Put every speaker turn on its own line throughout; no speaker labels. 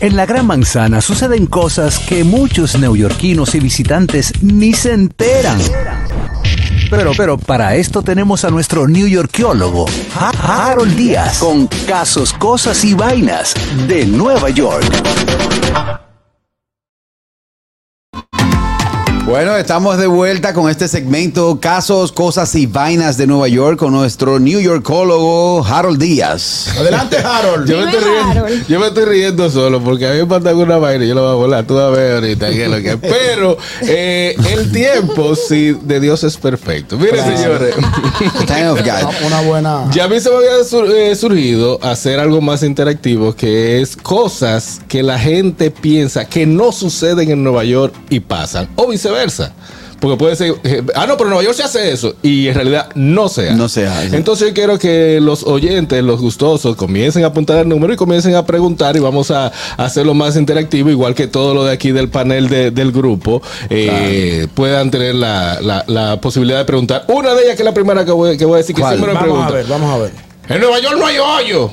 En la Gran Manzana suceden cosas que muchos neoyorquinos y visitantes ni se enteran. Pero, pero, para esto tenemos a nuestro newyorkiólogo, Ha- Harold Díaz, con casos, cosas y vainas de Nueva York.
Bueno, estamos de vuelta con este segmento Casos, Cosas y Vainas de Nueva York con nuestro New Yorkólogo Harold Díaz.
Adelante, Harold.
Yo me, estoy riendo,
Harold.
yo me estoy riendo solo porque a mí me falta alguna vaina y yo la voy a volar. Tú vas a ver ahorita qué es lo que es. Pero eh, el tiempo, sí, de Dios es perfecto. Miren,
Claro.
señores,
Time of God.
Una- Una buena.
ya a mí se me había sur- eh, surgido hacer algo más interactivo que es cosas que la gente piensa que no suceden en Nueva York y pasan, o viceversa. Porque puede ser, eh, ah, no, pero en Nueva York se hace eso. Y en realidad no se hace.
No se hace.
Entonces yo quiero que los oyentes, los gustosos, comiencen a apuntar el número y comiencen a preguntar y vamos a, hacerlo más interactivo, igual que todo lo de aquí del panel de- del grupo, eh, puedan tener la, la- la posibilidad de preguntar. Una de ellas que es la primera que voy, que voy a decir, que
¿Cuál?
siempre me
Vamos a
pregunta.
ver, vamos a ver.
En Nueva York no hay hoyo.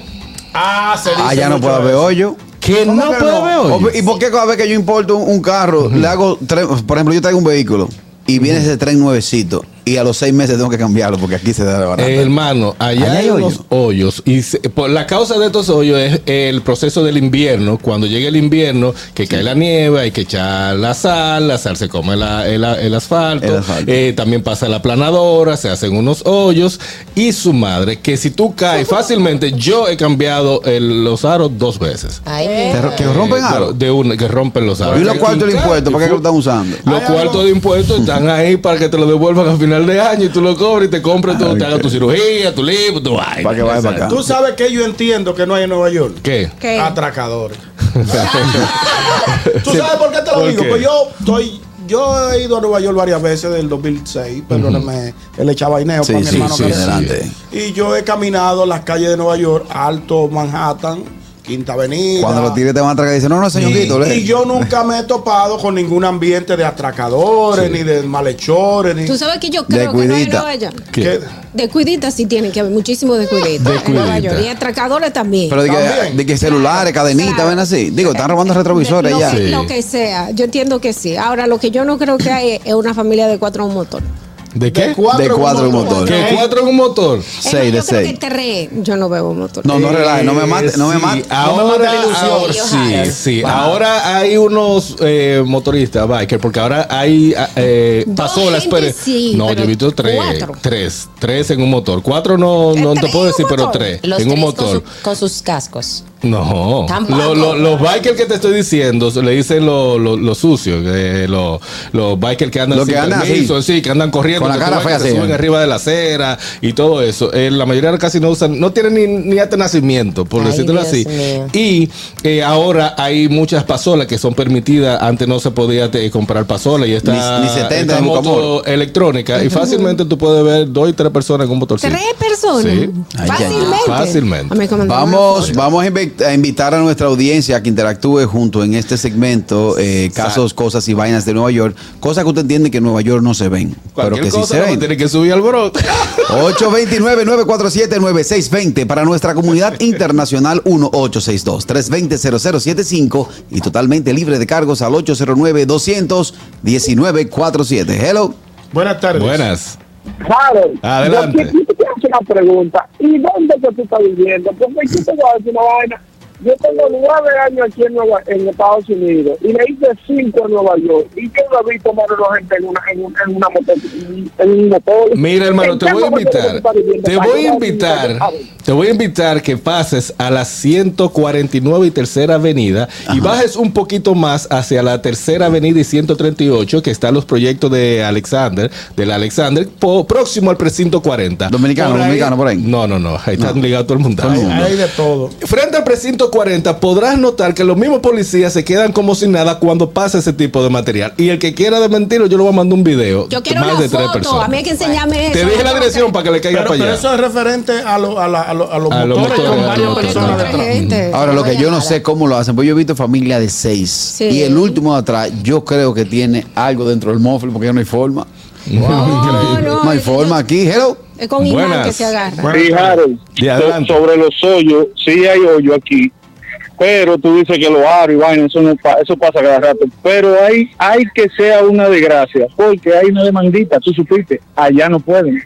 Ah, se
Ah, ya no puede haber hoyo.
Que
¿Cómo
no
que
puede
no?
haber hoyo.
Ob- ¿Y por qué cada vez que yo importo un, un carro, le hago, tres- por ejemplo, yo traigo un vehículo y viene ese tren nuevecito y a los seis meses tengo que cambiarlo porque aquí se da la barata.
Eh, hermano, allá,
Allá
hay,
hay
unos hoyos. Y se- por la causa de estos hoyos es el proceso del invierno. Cuando llega el invierno, que cae la nieve, hay que echar la sal, la sal se come la- el, a- el asfalto.
El asfalto.
Eh, también pasa la planadora, se hacen unos hoyos. Y su madre, que si tú caes fácilmente, yo he cambiado el- los aros dos veces.
Ay,
Te ro- que
Eh,
rompen
de-
algo.
De una, que rompen los aros.
Y los cuartos del impuesto, ¿para qué que lo están usando?
Los
Hay
cuartos
algo-
de impuestos están ahí para que te lo devuelvan a final de año y tú lo cobres y te compras, tu- te hagas tu cirugía, tu libro, tu vaina.
Para que vaya para acá.
Tú sabes que yo entiendo que no hay en Nueva York.
¿Qué?
¿Qué?
Ah, Atracadores. ¿Tú sabes por qué te lo
¿Por
digo?
qué?
Pues yo estoy. Yo he ido a Nueva York varias veces del 2006, perdóname, él echaba Ineo
Sí,
para mi
sí,
hermano
sí,
que era-
adelante.
Y yo he caminado las calles de Nueva York, Alto Manhattan, Quinta Avenida.
Cuando los tigres te van a atracar, dicen, no, no, señorito.
Y,
le-
y yo nunca me he topado con ningún ambiente de atracadores, ni de malhechores, ni.
Tú sabes que yo creo que no hay en
Descuidita.
Nueva York.
¿Qué?
que-
Descuiditas sí tienen que haber muchísimos descuiditas en Nueva
Descuidita.
York. Y atracadores también.
Pero de que,
También.
de que celulares, cadenitas,
Claro.
ven así. Digo, están robando retrovisores
lo,
ya.
que,
Sí.
lo que sea, yo entiendo que sí. Ahora, lo que yo no creo que hay es una familia de cuatro motores.
¿De
de
qué?
cuatro,
De
en un
cuatro en un motor.
¿Que cuatro en un motor?
Es
Seis
más,
de
yo creo
seis.
que te re, yo no veo motor.
No, no relaje, no me mate, no me
Sí, Ah,
mate.
No me mate
Ahora,
la ilusión.
ahora
Ay,
sí,
ojalá.
sí. Ahora hay unos eh, motoristas, biker, porque ahora hay eh,
Dos
pasó la
gente,
espera.
sí,
no,
pero
yo he visto tres,
cuatro. Eh,
tres, tres en un motor. Cuatro no, no te
tres
puedo
en un
decir, pero
motor?
tres
Los
en un
tres
motor.
Con, su- con sus cascos.
No,
Tampoco.
Lo- lo- los bikers que te estoy diciendo le dicen los lo, lo sucios, eh, lo- los bikers que andan
Los que andan así.
sí, que andan corriendo,
Con la
que
cara
tú ves que
fea
se
así. eh.
suben arriba de la acera y todo eso. Eh, la mayoría casi no usan, no tienen ni, ni atenacimiento, por
Ay,
decirlo
Dios
así.
mío.
Y eh, ahora hay muchas pasolas que son permitidas. Antes no se podía te- comprar pasolas y esta,
Ni- ni 70
esta
de
moto
Bucamol.
electrónica y fácilmente tú puedes ver dos y tres personas con un motorcito.
Tres personas.
Sí.
Ay,
Fácilmente.
ya. Fácilmente.
A mí como me
Vamos, vamos a invi- a invitar a nuestra audiencia a que interactúe junto en este segmento, eh, casos, cosas y vainas de Nueva York, cosas que usted entiende que en Nueva York no se ven, pero
Cualquier
que sí
cosa
se
no
ven.
tiene que subir al bro.
829-947-9620 para nuestra comunidad internacional 1-862-320-0075 y totalmente libre de cargos al 809-219-47. Hello.
Buenas tardes.
Buenas.
Harold,
Adelante.
Yo, te quiero hacer una pregunta. ¿Y dónde que tú estás viviendo? Porque yo te voy a decir una vaina. Yo tengo nueve años aquí en, Nueva- en Estados Unidos y le hice cinco en Nueva York. Y yo no he visto más de dos gente en una, en un- en una moto- en un motor.
Mira, hermano,
¿En
te
qué
voy a
momento que tú
invitar.
estás viviendo?
Te
Para
voy a
yo decirte,
invitar.
a ver.
Te voy a invitar que pases a la 149 y tercera avenida y bajes un poquito más hacia la tercera avenida y 138, que están los proyectos de Alexander, del Alexander, po- próximo al precinto 40.
Dominicano, dominicano, por ahí.
No, no, no. Ahí está obligado todo el mundo.
Todo el mundo.
Hay de todo.
Frente al precinto 40 podrás notar que los mismos policías se quedan como si nada cuando pasa ese tipo de material. Y el que quiera desmentirlo, yo le voy a mandar un video.
Yo quiero
más
una
de tres
foto.
personas.
A mí hay que enseñarme eso.
Te dije la dirección para que le caiga
Pero,
para
pero
allá.
eso es referente a, lo- a, la- a lo- a los
A los motores,
motores con
a los
varias
motores.
personas
Otra
detrás.
gente.
Ahora, lo que yo no
nada.
sé cómo lo hacen, pues yo he visto familia de seis.
Sí.
Y el último de atrás, yo creo que tiene algo dentro del mofle porque ya no hay forma.
No, no,
No hay
es que
forma
yo-
aquí. Hello.
Es con imán
Buenas.
que se agarra.
Sí, Harold.
De adelante.
So- sobre los hoyos, sí hay hoyo aquí.
pero tú dices que lo abro y vaina, eso, no pa- eso pasa cada rato. Pero hay, hay que sea una desgracia, porque hay una demandita, tú supiste, allá no pueden.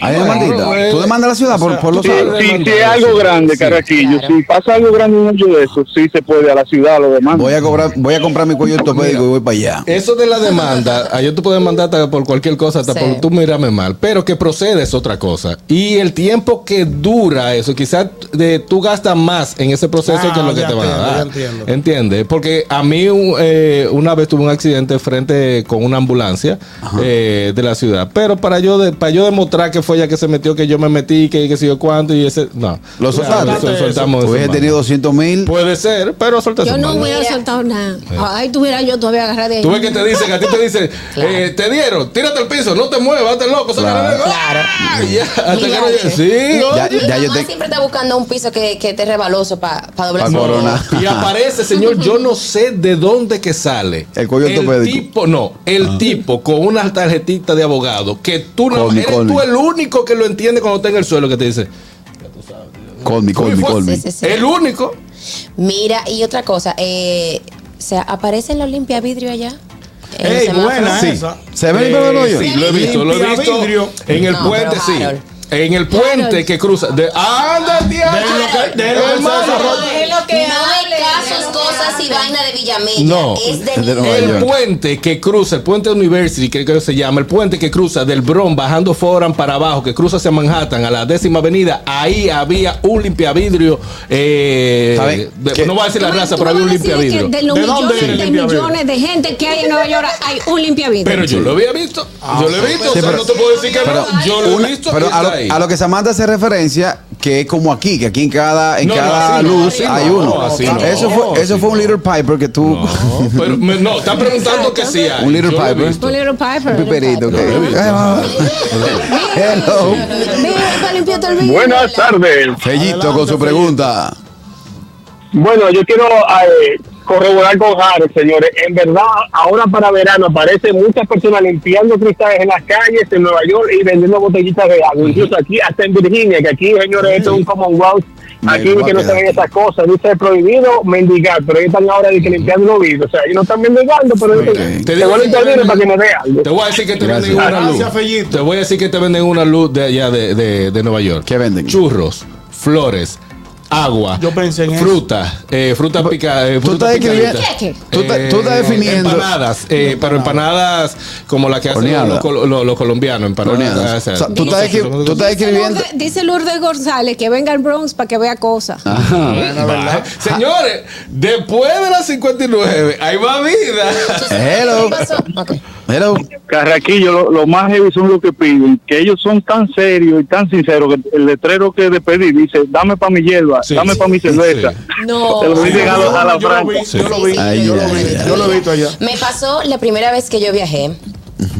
Hay
Bueno,
demandita.
bueno.
Tú demandas a la ciudad por, por los
Si,
sabe,
si,
hermano.
si es algo
Sí,
grande,
sí,
Carraquillo,
claro.
si pasa algo grande en un hecho de eso, sí se puede a la ciudad, lo demanda.
Voy a cobrar, voy a comprar mi cuello ortopédico y voy para allá.
Eso de la demanda, ah, yo te puedo demandar hasta por cualquier cosa, hasta
Sí.
por tú mirarme mal, pero que procede es otra cosa. Y el tiempo que dura eso, quizás de- tú gastas más en ese proceso
Ah,
que lo que
ya
te van a
entiendo, ya
dar.
entiendo.
¿Entiendes? Porque a mí un- eh, una vez tuve un accidente frente con una ambulancia eh, de la ciudad, pero para yo de- para yo demostrar que fue ella que se metió, que yo me metí, que que sé yo cuánto y ese no.
Lo soltaste.
Claro, soltamos
Hubiese
eso,
tenido 200 mil.
mano. Puede ser, pero solté
Yo
eso,
no
mano.
hubiera soltado nada. Ay, tuviera yo todavía agarrada de ahí.
Tú ves que te dicen, que a ti te dicen, eh, te dieron, tírate al piso, no te muevas, hazte loco, saca la lengua. ¡Ah! Ya, hasta que eh. no llegue. Sí.
Ya,
Mi
ya yo
mamá
te.
siempre está buscando un piso que, que esté rebaloso para doblar
Pa'
su-
corona.
Y aparece, señor, yo no sé de dónde que sale.
El cuello ortopédico.
tipo, no, el
Ah.
tipo con una tarjetita de abogado que tú no
Con mi
eres
col.
tú el único que lo entiende cuando está en el suelo que te dice.
Call me, call me, call me.
Sí, sí, sí.
El único.
Mira, y otra cosa, eh, o sea, aparecen los limpiavidrio allá. en el
Ey,
semáforo.
buena
Sí.
esa.
¿Se ve el
Eh,
primer hoyo?
Sí, lo he visto, lo he
Limpia
visto.
vidrio.
En el
No,
puente,
pero
sí.
Harold.
En el puente que cruza. De, ¡Ándate,
lo que- de lo que se desarrolla.
hermano!
no hay casos, cosas y vaina de Villamella.
No.
es de,
Es de Nueva
nivel.
El
York.
puente que cruza, el puente University, creo que se llama, el puente que cruza del Bronx bajando Foran para abajo, que cruza hacia Manhattan, a la décima avenida, ahí había un limpiavidrio. Eh,
¿Sabe?
de-
¿Qué?
no voy a decir la
Tú me-
raza,
tú
pero había
me
un
vas a decir
limpiavidrio.
que De los
¿De dónde
millones
viene
de
el limpiavidrio?
millones de gente que hay en Nueva York, hay un limpiavidrio.
Pero yo lo había visto, yo lo he visto, o sea,
Ah, pero-
no te puedo decir que
pero-
no, yo lo
una-
he visto. y
pero
está
a lo,
ahí.
a lo que Samantha hace referencia, que es como aquí, que aquí en cada, en
No, no,
cada
así no,
luz
así no,
hay uno.
no, así no,
eso fue, eso
así
fue un Little Piper que tú.
No, pero me- no, están preguntando que sí hay.
Un Little
yo lo he
Piper.
visto.
Un little Piper.
Piperito, que.
he visto.
Hello.
Mira, para limpiarte el vidrio.
Buenas tardes.
Fellito con su pregunta.
Bueno, yo quiero eh, corroborar con Harold, señores. En verdad, ahora para verano aparecen muchas personas limpiando cristales en las calles en Nueva York y vendiendo botellitas de agua. Incluso aquí, hasta en Virginia, que aquí, señores, esto es un Commonwealth.
Me
Aquí
voy a
que no se
quedar
ven
aquí.
esas cosas. Dice prohibido mendigar, pero ellos están ahora de que limpiando los vidrios. O sea, ellos no están mendigando, pero ellos
bien.
te,
Te
te,
digo
van a
que-
intervenir para que me dé algo.
Te voy a decir que te
Gracias.
venden una luz.
Gracias, Fellito.
Te voy a decir que te venden una luz de allá de, de- de Nueva York.
¿Qué venden?
Churros, flores, agua.
Yo pensé en eso.
fruta, eh, fruta pica, eh,
Tú
fruta
estás escribiendo.
picadita.
¿Qué?
Tú estás- tú estás
Eh,
definiendo.
empanadas, eh, pero empanadas como la que hacen
Horneadas.
los, col- los- los colombianos, empanadas.
Horneadas.
o sea,
O sea, tú
no
estás
sé,
escri-
son-
tú estás
Dice
escribiendo. Ah.
Lourdes- Dice Lourdes González que venga al Bronx para que vea cosas.
Bueno, ¿verdad? Señores, después de las 59, ahí va vida.
Eh, Hello.
¿Qué pasó? Ok.
Hello.
Carraquillo, lo, lo más heavy son los que piden, que ellos son tan serios y tan sinceros que el letrero que de pedir dice, dame para mi hierba,
Sí,
dame
sí,
para mi
sí.
cerveza.
No.
Te lo
Sí,
dicen a, la- a la
Oh, Yo lo vi,
franca.
yo lo
sí,
vi.
Ay,
yo lo
ay,
vi,
ay.
Yo lo he visto allá.
Me pasó la primera vez que yo viajé.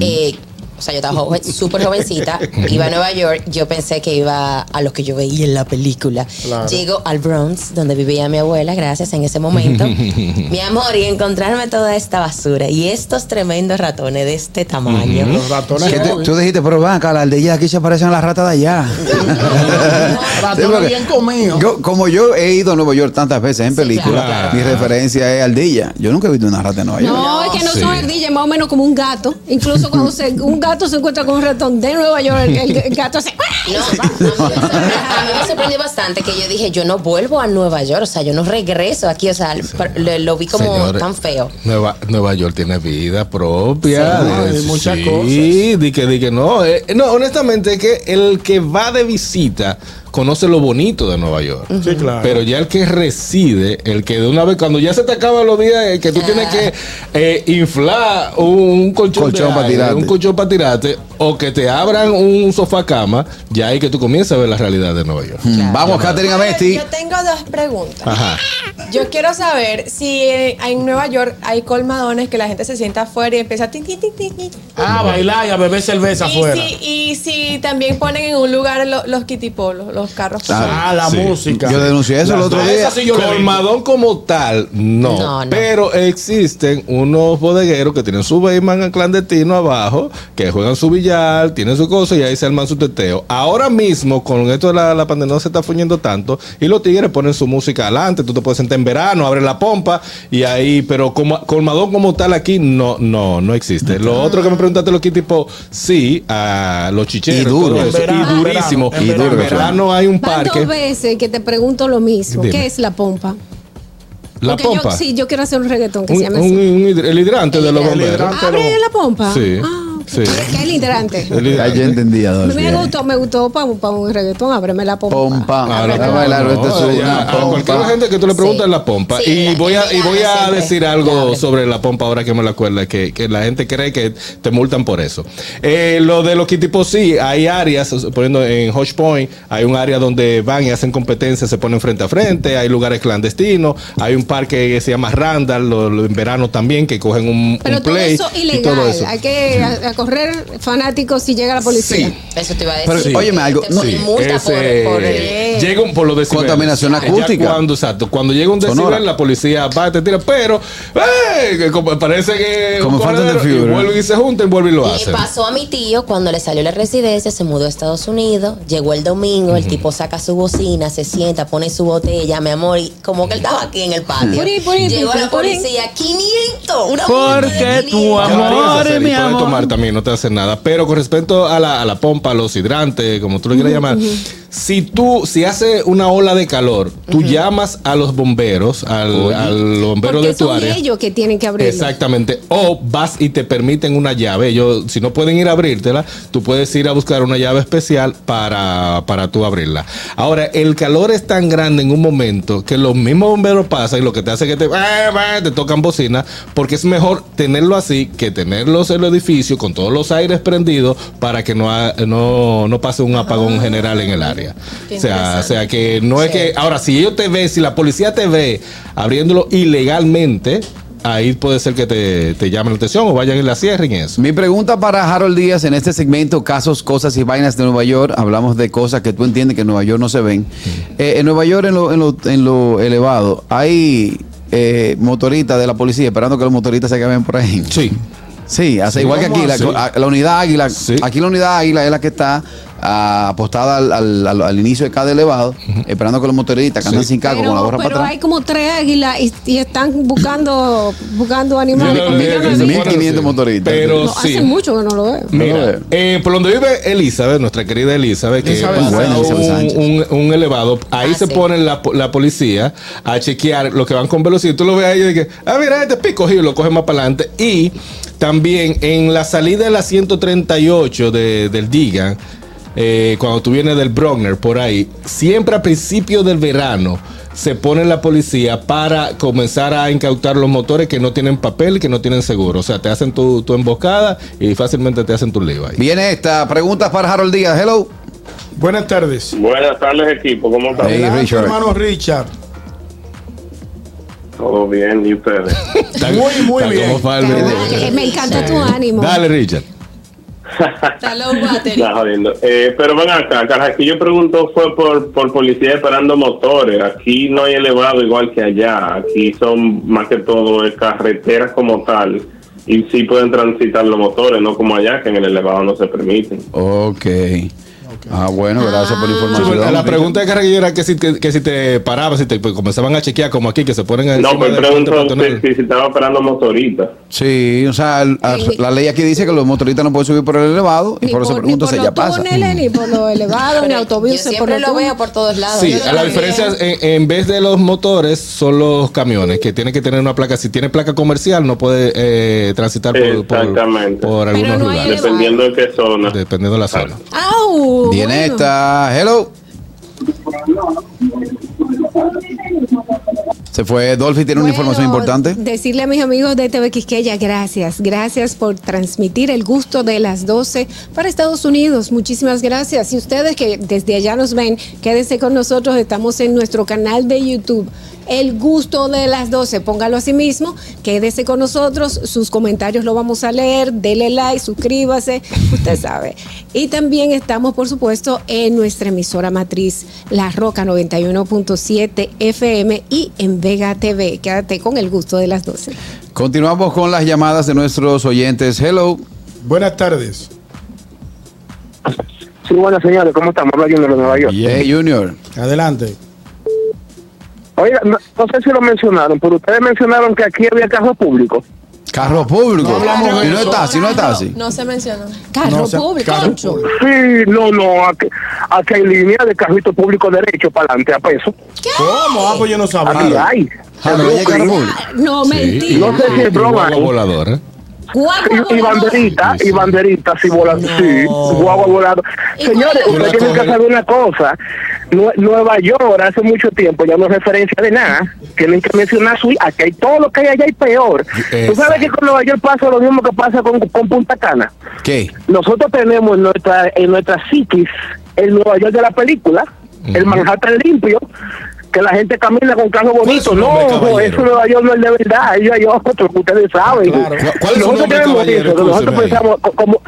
eh, o sea, yo estaba joven, súper jovencita, iba a Nueva York, yo pensé que iba a lo que yo veía en la película. Llego al Bronx, donde vivía mi abuela, gracias en ese momento. mi amor, y encontrarme toda esta basura y estos tremendos ratones de este tamaño.
Los ratones.
¿Qué te-
jóvenes.
tú dijiste, pero van acá, la aldea, aquí se parecen las ratas de allá. Sí,
Ratones
porque
bien comidos.
yo- como yo he ido a Nueva York tantas veces en
Sí,
películas,
claro, claro.
mi referencia es aldea. Yo nunca he visto una rata en Nueva York.
No, es que no
Sí.
son ardillas, más o menos como un gato. Incluso cuando se- un gato se encuentra con un ratón de Nueva York, el, el- el gato hace.
No, a mí me sorprendió- a mí me sorprendió bastante que yo dije, yo no vuelvo a Nueva York, o sea, yo no regreso aquí, o sea, pero lo, lo vi como
Señores.
tan feo.
Nueva, Nueva York tiene vida propia.
Sí, hay muchas cosas.
Sí, di que, di que no. eh, no, honestamente, que el que va de visita conoce lo bonito de Nueva York.
Sí, claro.
Pero ya el que reside, el que de una vez, cuando ya se te acaban los días, el que tú tienes
Ah.
que eh, inflar un, un colchón,
Colchón
de
pa'
aire,
tirarte.
un colchón para tirarte, o que te abran un sofá cama, ya ahí que tú comienzas a ver la realidad de Nueva York.
Mm. Vamos, Katherine Amesti.
Yo tengo dos preguntas.
Ajá.
Yo quiero saber si eh, en Nueva York hay colmadones que la gente se sienta afuera y empieza a tin, tin, tin, tin, tin.
Ah, bailar y a beber
Y
cerveza afuera.
si, y si también ponen en un lugar lo- los kitipolos, los,
los carros.
Ah,
Ah, la
Sí.
música.
Yo denuncié eso el
Las
otro
dos.
día.
Esa sí yo la vi.
Colmadón como tal, no.
No, no.
Pero existen unos bodegueros que tienen su Bayman clandestino abajo, que juegan su billar, tienen su cosa y ahí se arman su teteo. Ahora mismo, con esto de la, la pandemia, no se está fuñendo tanto y los tigres ponen su música adelante. Tú te puedes sentar en verano, abres la pompa y ahí, pero como, colmadón como tal aquí, no, no, no existe. Lo otro que me preguntaste, lo que tipo, sí, a los chicheros
Y duro.
todo eso,
En verano,
y durísimo.
en verano, en
y duro. En
verano.
verano hay un
Van
parque.
dos veces que te pregunto lo mismo.
Dime.
¿Qué es la pompa?
La
Porque
pompa.
Yo, sí, yo quiero hacer un reggaetón que
Un-
se llame
un-
así.
un hidr- el hidrante de los
El
bomberos.
hidrante.
¿Abre la pompa?
Sí,
Ah, ok.
sí.
¿Qué es el hidrante?
El
Ya yo
hidrante.
entendí, Adolfo.
Me
Bien.
gustó, me gustó para un, pa un reggaetón, ábreme la pompa.
Pompa.
Ah,
Ahora
la
está
pompa,
bailando
no,
este es
ya, Ah,
una
a cualquier
pompa.
gente que tú le preguntas
Sí.
la pompa.
Sí,
y
la-
voy a,
el
y voy
verano
a
siempre.
decir algo
Ya.
sobre la pompa ahora que me la acuerda, que, que la gente cree que te multan por eso. Eh, lo de los que tipo sí, hay áreas, poniendo en Hodge Point, hay un área donde van y hacen competencias, se ponen frente a frente, hay lugares clandestinos, hay un parque que se llama Randall, lo- lo- en verano también, que cogen un,
Pero
un
todo
play.
eso
y
ilegal.
todo eso.
Hay que a, a correr fanáticos si llega la policía.
Sí.
Eso te iba a decir.
Pero sí.
Óyeme algo,
Te
no-
ponen multa
Ese-
por, por el-
llega un- por lo de
Contaminación acústica.
cuando, exacto, cuando llega un decibel,
Sonora.
la policía va, te tira, pero ¡eh! que como parece que
Como
un
Fast and the
corredero, y
Furious.
vuelven y se juntan, vuelven y lo
Y
hacen.
pasó a mi tío cuando le salió la residencia, se mudó a Estados Unidos, llegó el domingo, el tipo saca su bocina, se sienta, pone su botella, mi amor, y como que él estaba aquí en el patio.
Purín, purín,
llegó
purín,
la
purín.
policía, 500, una multa de
Porque tu
500.
amor,
Puedes hacer y
mi
puedes
amor.
tomar también, no te hace nada. Pero con respecto a la, a la pompa, a los hidrantes, como tú lo quieras llamar, si tú, si hace una ola de calor, tú llamas a los bomberos, al, al bombero
Porque
de tu
son
área.
ellos que tienen que abrirlo.
Exactamente. O vas y te permiten una llave. Ellos, si no pueden ir a abrírtela, tú puedes ir a buscar una llave especial para, para tú abrirla. Ahora, el calor es tan grande en un momento que los mismos bomberos pasan y lo que te hace que te, ¡Ah, bah! te tocan bocina, porque es mejor tenerlo así que tenerlos en el edificio con todos los aires prendidos para que no, ha- no, no pase un apagón general en el área.
Qué
O sea, o sea que no es
Sí.
que Ahora, si ellos te ven, si la policía te ve abriéndolo ilegalmente, ahí puede ser que te, te llamen la atención o vayan y la cierren y eso.
Mi pregunta para Harold Díaz en este segmento, casos, cosas y vainas de Nueva York. Hablamos de cosas que tú entiendes que en Nueva York no se ven. Eh, en Nueva York, en lo, en lo- en lo elevado, hay eh, motoristas de la policía esperando que los motoristas se acaben por ahí.
Sí.
Sí, hace
Sí,
igual que
vamos
aquí, la,
así.
a- la unidad águila.
Sí.
Aquí la unidad águila es la que está ah, apostada al, al- al- al inicio de cada elevado, esperando que los motoristas que andan
Sí.
sin cargo con la
Pero,
gorra
pero
para
hay
atrás.
como tres águilas y, y están buscando buscando animales.
Mil-
Porque yo no he
mil-
visto.
1500 motoristas.
Pero
No,
sí.
Hace mucho que no lo veo.
Mira, eh, por donde vive Elizabeth, nuestra querida Elizabeth, que
Elizabeth
pasa
Buena, Elizabeth Sánchez.
un, un- un elevado, ahí
Ah,
se
sí.
pone la, po- la policía a chequear los que van con velocidad. Tú lo ves ahí y dices, ah, mira, este pico, y lo coge más para adelante. Y también en la salida de la 138 de- del Digan, eh, cuando tú vienes del Bronner por ahí, siempre a principio del verano se pone la policía para comenzar a incautar los motores que no tienen papel y que no tienen seguro. O sea, te hacen tu, tu emboscada y fácilmente te hacen tu lío ahí.
Viene esta, preguntas para Harold Díaz. Hello.
Buenas tardes.
Buenas tardes, equipo. ¿Cómo están?
Hey,
Adelante,
Richard.
hermano Richard.
Todo bien, ¿y ustedes?
Está-
Muy, muy
está
bien.
como fan de-
Ay, Me encanta tu ánimo.
Dale, Richard.
Está low battery.
Está jodiendo. Eh, pero ven acá, Carrasquillo preguntó fue por, por policía esperando motores. Aquí no hay elevado igual que allá. Aquí son más que todo eh, carreteras como tal. Y sí pueden transitar los motores, no como allá, que en el elevado no se permiten.
Ok. Ah, bueno, gracias por la
Sí,
información.
pero Ah, la pregunta de Carrillo era que si, que, que si te parabas, si te pues, comenzaban a chequear como aquí, que se ponen
No,
encima
pues
del
preguntó
puente
si,
peatonal.
si estaba esperando motoristas.
Sí, o sea, el- a- la ley aquí dice que los motoristas no pueden subir por el elevado y
Ni
por eso
ni
pregunta
por
si
los
ya pasa.
túneles, ni por los elevados, ni
Pero Yo
autobuses. por
siempre
los
lo
túneles.
veo por todos
Ah,
lados.
Sí,
Yo
a la
también.
diferencia es, en, en vez de los motores son los camiones que tienen que tener una placa. Si tiene placa comercial no puede eh, transitar por, por,
Exactamente.
por
Pero
algunos
no
lugares,
hay elevado.
Dependiendo de qué zona.
dependiendo de la zona.
¡Au!
Viene
Bueno.
esta. Hello. Se fue Dolphy, tiene una
Bueno,
información importante.
Decirle a mis amigos de TV Quisqueya, gracias, gracias por transmitir el gusto de las 12 para Estados Unidos. Muchísimas gracias. Y ustedes que desde allá nos ven, quédense con nosotros. Estamos en nuestro canal de YouTube. El gusto de las 12, póngalo así mismo, quédese con nosotros, sus comentarios lo vamos a leer, dele like, suscríbase, usted sabe. Y también estamos, por supuesto, en nuestra emisora matriz, La Roca 91.7 FM y en Vega TV. Quédate con el gusto de las 12.
Continuamos con las llamadas de nuestros oyentes. Hello.
Buenas tardes.
Sí, buenas señores, ¿cómo estamos? Habla Junior de Nueva York.
Hey, Junior.
Adelante.
Oiga, no, no sé si lo mencionaron, pero ustedes mencionaron que aquí había carros públicos.
Carro público.
No hablamos de
y no
eso.
es taxi, no es taxi.
No se mencionó.
Carro
No, o sea,
público,
carro
Concho.
público.
Sí, no, no, aquí, aquí hay línea de carrito público derecho para adelante a peso.
¿Cómo? Ah, pues yo no
Aquí
sabía.
hay.
Ah, no, ya carro público.
No,
Sí,
mentira.
No sé si es
y
broma,
guagua
¿eh?
volador, ¿eh?
Guagua
Y, y
voladora.
banderita,
Sí, sí.
y banderita, sí, volando, sí, guagua volando.
¿Y
Señores,
es?
cuál
ustedes tienen que saber una cosa. Nue- Nueva York hace mucho tiempo ya no es referencia de nada. Tienen que mencionar su aquí hay todo lo que hay allá y peor.
Exacto.
¿Tú sabes que con Nueva York pasa lo mismo que pasa con, con Punta Cana?
¿Qué?
Nosotros tenemos en nuestra en nuestra psiquis el Nueva York de la película, el Manhattan limpio, que la gente camina con carros bonitos.
su
No,
nombre,
ojo,
caballero?
eso Nueva York no es de verdad, ellos hay otros que ustedes saben.
Claro.
¿Cu- cuál es su
nosotros
nombre,
tenemos
caballero?
eso, que nosotros
Escúcheme ahí.
pensamos co- como...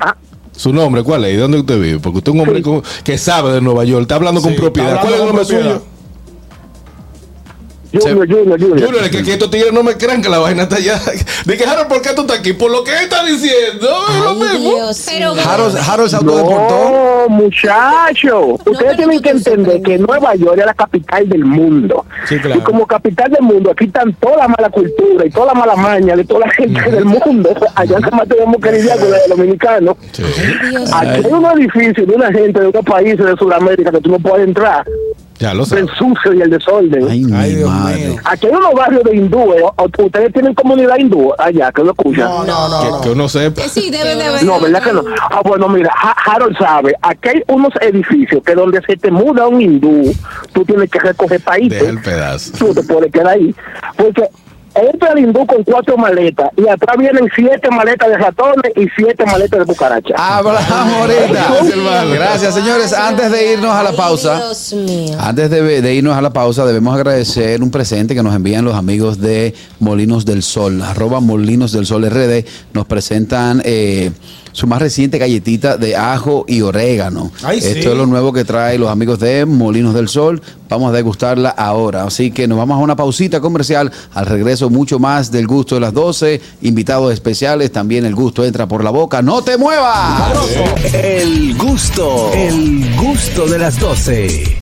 Ah,
¿Su nombre cuál es? ¿Y dónde usted vive? Porque usted es un hombre con- que sabe de Nueva York, está hablando con
Sí,
propiedad.
está
¿Cuál es el
hablando
nombre
con
suyo?
Junior, Junior, Junior.
Junior, es que, que estos tigres no me crean que la vaina está allá. Dije, Harold, ¿por qué tú estás aquí? Por lo que él está diciendo, es lo
Ay,
mismo.
Dios
Pero-
mío.
Harold, Harold se autodeportó.
No, muchachos,
pero
ustedes tienen
tú
que
te
entender que
sorprendes.
Nueva York es la capital del mundo.
Sí, claro.
Y como capital del mundo, aquí están toda la mala cultura y toda la mala maña de toda la gente del mundo. Allá nada más tenemos que lidiar con los dominicanos.
Dios
Aquí hay un edificio de una gente de otros países de Sudamérica que tú no puedes entrar.
Ya lo
El
sabes.
sucio y el desorden.
Ay, mi
Ay, Dios
madre.
mío.
Aquí hay unos barrios de hindúes. o- o- Ustedes tienen comunidad hindú allá, que lo escuchan.
No, no,
Que,
no.
que
no.
uno sepa.
Eh, Sí, debe de haber.
No, ¿verdad que no? Ah, bueno, mira, Ha- Harold sabe, aquí hay unos edificios que donde se te muda un hindú, tú tienes que recoger
Deja el
países,
pedazo.
tú te puedes quedar ahí. Porque entra el hindú con cuatro maletas y atrás vienen siete maletas de ratones y siete maletas de cucarachas.
Ah, Hablamos
Gracias,
ahorita.
hermano.
Gracias, señores. Antes de irnos a la
Ay,
pausa.
Dios mío.
Antes de, de irnos a la pausa, debemos agradecer un presente que nos envían los amigos de Molinos del Sol, arroba Molinos del Sol RD. Nos presentan eh, su más reciente galletita de ajo y orégano.
Ay, sí.
Esto es lo nuevo que trae los amigos de Molinos del Sol. Vamos a degustarla ahora. Así que nos vamos a una pausita comercial. Al regreso, mucho más del gusto de las 12. Invitados especiales. También el gusto entra por la boca. ¡No te muevas!
El gusto, el gusto de las 12.